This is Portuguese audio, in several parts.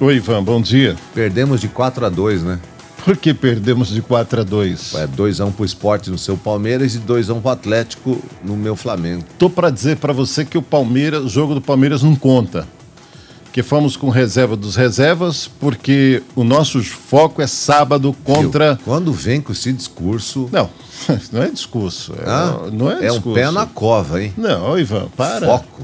Oi, Ivan, bom dia. Perdemos de 4 a 2 né? Por que perdemos de 4 a 2 É 2x1 pro esporte no seu Palmeiras e 2x1 pro Atlético no meu Flamengo. Tô pra dizer pra você que o Palmeiras, o jogo do Palmeiras não conta. Que fomos com reserva dos reservas, porque o nosso foco é sábado contra. Meu, Quando vem com esse discurso. Não, não é discurso. É, ah, não é, é discurso. um pé na cova, hein? Não, Ivan, para. Foco.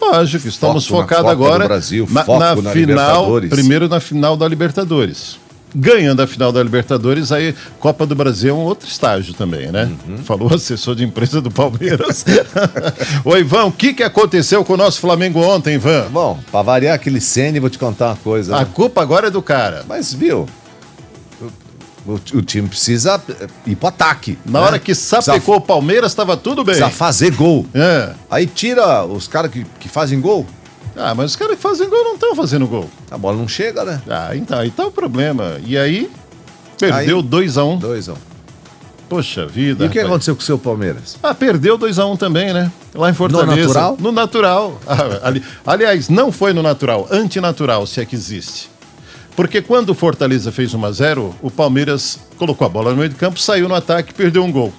Lógico, estamos Foco na focados Copa agora do Brasil, na, foco na na final, Libertadores. primeiro na final da Libertadores. Ganhando a final da Libertadores, aí Copa do Brasil é um outro estágio também, né? Uhum. Falou o assessor de imprensa do Palmeiras. Ô, Ivan, o que, que aconteceu com o nosso Flamengo ontem, Ivan? Bom, pra variar aquele Sene, vou te contar uma coisa. né? A culpa agora é do cara. Mas, viu? O, o- o time precisa eh, ir pro ataque. Na né? hora que sapecou o Palmeiras, estava tudo bem. Precisa, precisa fazer gol. É. Aí tira os caras que, que fazem gol, Ah, mas os caras que fazem gol não estão fazendo gol. a bola não chega, né? Ah, então, aí tá o problema. E aí, perdeu 2x1. Dois, ó. Poxa vida. E o que rapaz. aconteceu com o seu Palmeiras? Ah, perdeu 2x1 também, né? Lá em Fortaleza. No natural? No natural. Ah, ali- aliás, não foi no natural, antinatural, se é que existe. Porque quando o Fortaleza fez 1x0, o Palmeiras colocou a bola no meio de campo, saiu no ataque e perdeu um gol.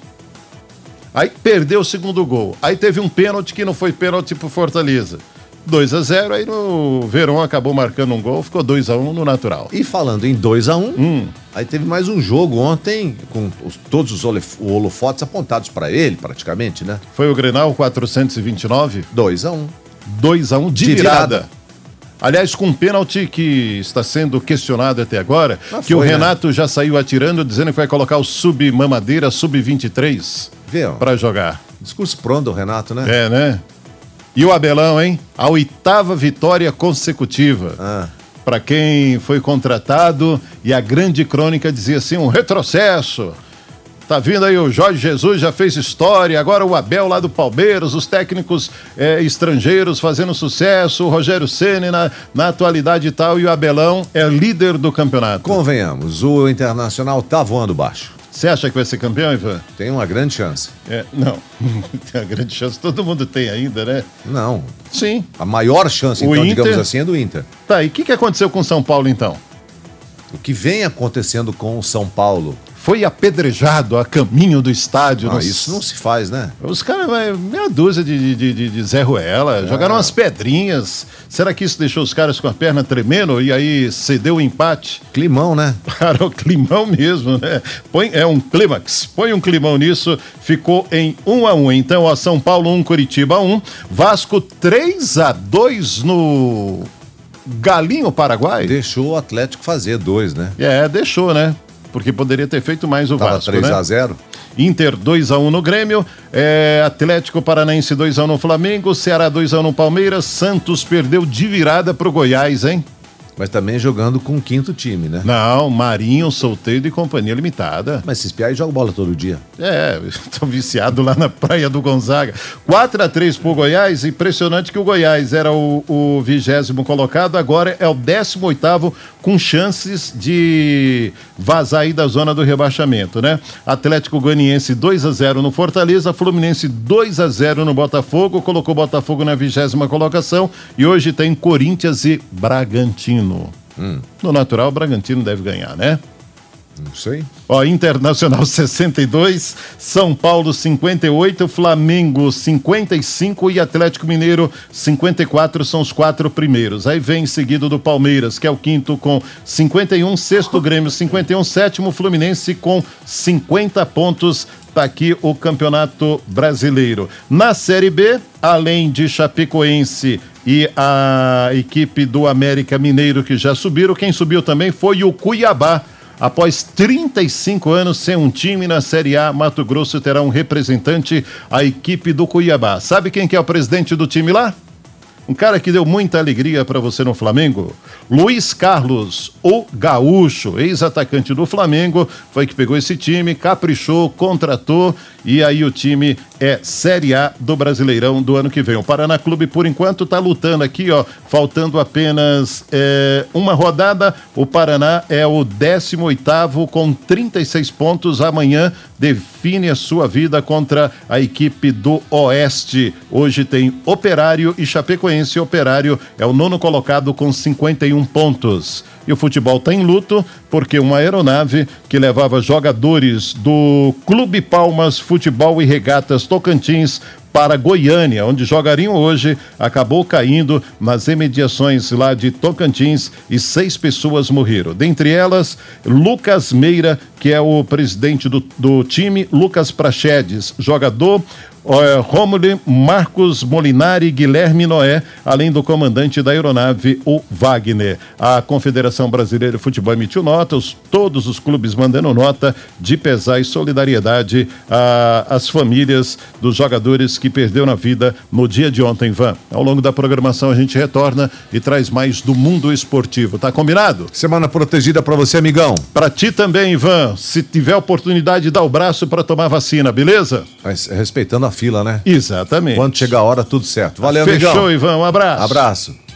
Aí perdeu o segundo gol. Aí teve um pênalti que não foi pênalti pro Fortaleza. 2x0, aí no Verão acabou marcando um gol, ficou 2x1 no natural. E falando em 2 a 1 Hum. aí teve mais um jogo ontem com os- todos os olef- holofotes apontados pra ele, praticamente, né? Foi o Grenal 429? 2 a 1 2x1 de, De virada. virada. Aliás, com um pênalti que está sendo questionado até agora, Mas que foi, o né? Renato já saiu atirando, dizendo que vai colocar o sub-mamadeira, sub-23, Viu? para jogar. Discurso pronto do Renato, né? É, né? E o Abelão, hein? A oitava vitória consecutiva. Ah. Para quem foi contratado, e a grande crônica dizia assim: um retrocesso. Tá vindo aí o Jorge Jesus, já fez história, agora o Abel lá do Palmeiras, os técnicos eh, estrangeiros fazendo sucesso, o Rogério Ceni na, na atualidade e tal, e o Abelão é líder do campeonato. Convenhamos, o Internacional tá voando baixo. Você acha que vai ser campeão, Ivan? Tem uma grande chance. É, não, tem a grande chance, todo mundo tem ainda, né? Não, Sim. a maior chance, O então, Inter- digamos assim, é do Inter. Tá, e o que, que aconteceu com o São Paulo então? O que vem acontecendo com o São Paulo? Foi apedrejado a caminho do estádio. Ah, nos- isso não se faz, né? Os caras, vai, meia dúzia de, de, de, de Zé Ruela, É. jogaram umas pedrinhas. Será que isso deixou os caras com a perna tremendo e aí cedeu o empate? Climão, né? Para o climão mesmo, né? Põe, é um clímax. Põe um climão nisso. Ficou em 1 a 1 Então, ó, São Paulo 1, Curitiba 1. Vasco 3 a 2 no Galinho Paraguai. Deixou o Atlético fazer dois, né? É, deixou, né? Porque poderia ter feito mais o Tava Vasco, 3 né? a 0 Inter 2x1 no Grêmio, é, Atlético Paranaense 2x1 no Flamengo, Ceará 2x1 no Palmeiras, Santos perdeu de virada pro Goiás, hein? mas também jogando com o quinto time, né? Não, Marinho, Solteiro e Companhia Limitada. Mas esses piá aí jogam bola todo dia. É, tô viciado lá na praia do Gonzaga. 4 a 3 pro Goiás, impressionante que o Goiás era o, o vigésimo colocado, agora é o 18 oitavo com chances de vazar aí da zona do rebaixamento, né? Atlético Goianiense 2 a 0 no Fortaleza, Fluminense 2 a 0 no Botafogo, colocou o Botafogo na vigésima colocação e hoje tem Corinthians e Bragantino. No natural, o Bragantino deve ganhar, né? Não sei. Ó, Internacional 62, São Paulo 58, Flamengo 55 e Atlético Mineiro 54 são os quatro primeiros. Aí vem seguido do Palmeiras, que é o quinto com 51, sexto Grêmio 51, sétimo Fluminense com 50 pontos. Tá aqui o Campeonato Brasileiro. Na Série B, além de Chapecoense e a equipe do América Mineiro que já subiram, quem subiu também foi o Cuiabá. Após 35 anos sem um time na Série A, Mato Grosso terá um representante, a equipe do Cuiabá. Sabe quem que é o presidente do time lá? Um cara que deu muita alegria para você no Flamengo, Luiz Carlos, o gaúcho, ex-atacante do Flamengo, foi que pegou esse time, caprichou, contratou e aí o time é Série A do Brasileirão do ano que vem. O Paraná Clube, por enquanto, está lutando aqui, ó, faltando apenas é, uma rodada. O Paraná é o 18 com 36 pontos. Amanhã define a sua vida contra a equipe do Oeste. Hoje tem Operário e Chapecoense. Operário é o nono colocado com 51 pontos. E o futebol está em luto porque uma aeronave que levava jogadores do Clube Palmas Futebol e Regatas Tocantins para Goiânia, onde jogariam hoje, acabou caindo nas imediações lá de Tocantins e seis pessoas morreram. Dentre elas, Lucas Meira, que é o presidente do, do time, Lucas Prachedes, jogador. Eh, Romulo Marcos Molinari Guilherme Noé, além do comandante da aeronave, o Wagner. A Confederação Brasileira de Futebol emitiu notas, todos os clubes mandando nota de pesar e solidariedade às famílias dos jogadores que que perdeu na vida no dia de ontem, Van. Ao longo da programação a gente retorna e traz mais do mundo esportivo. Tá combinado? Semana protegida para você, amigão. Para ti também, Ivan. Se tiver oportunidade, dá o braço para tomar vacina, beleza? Mas é Respeitando a fila, né? Exatamente. Quando chegar a hora, tudo certo. Valeu, Fechou, amigão. Ivan. Um abraço. Abraço.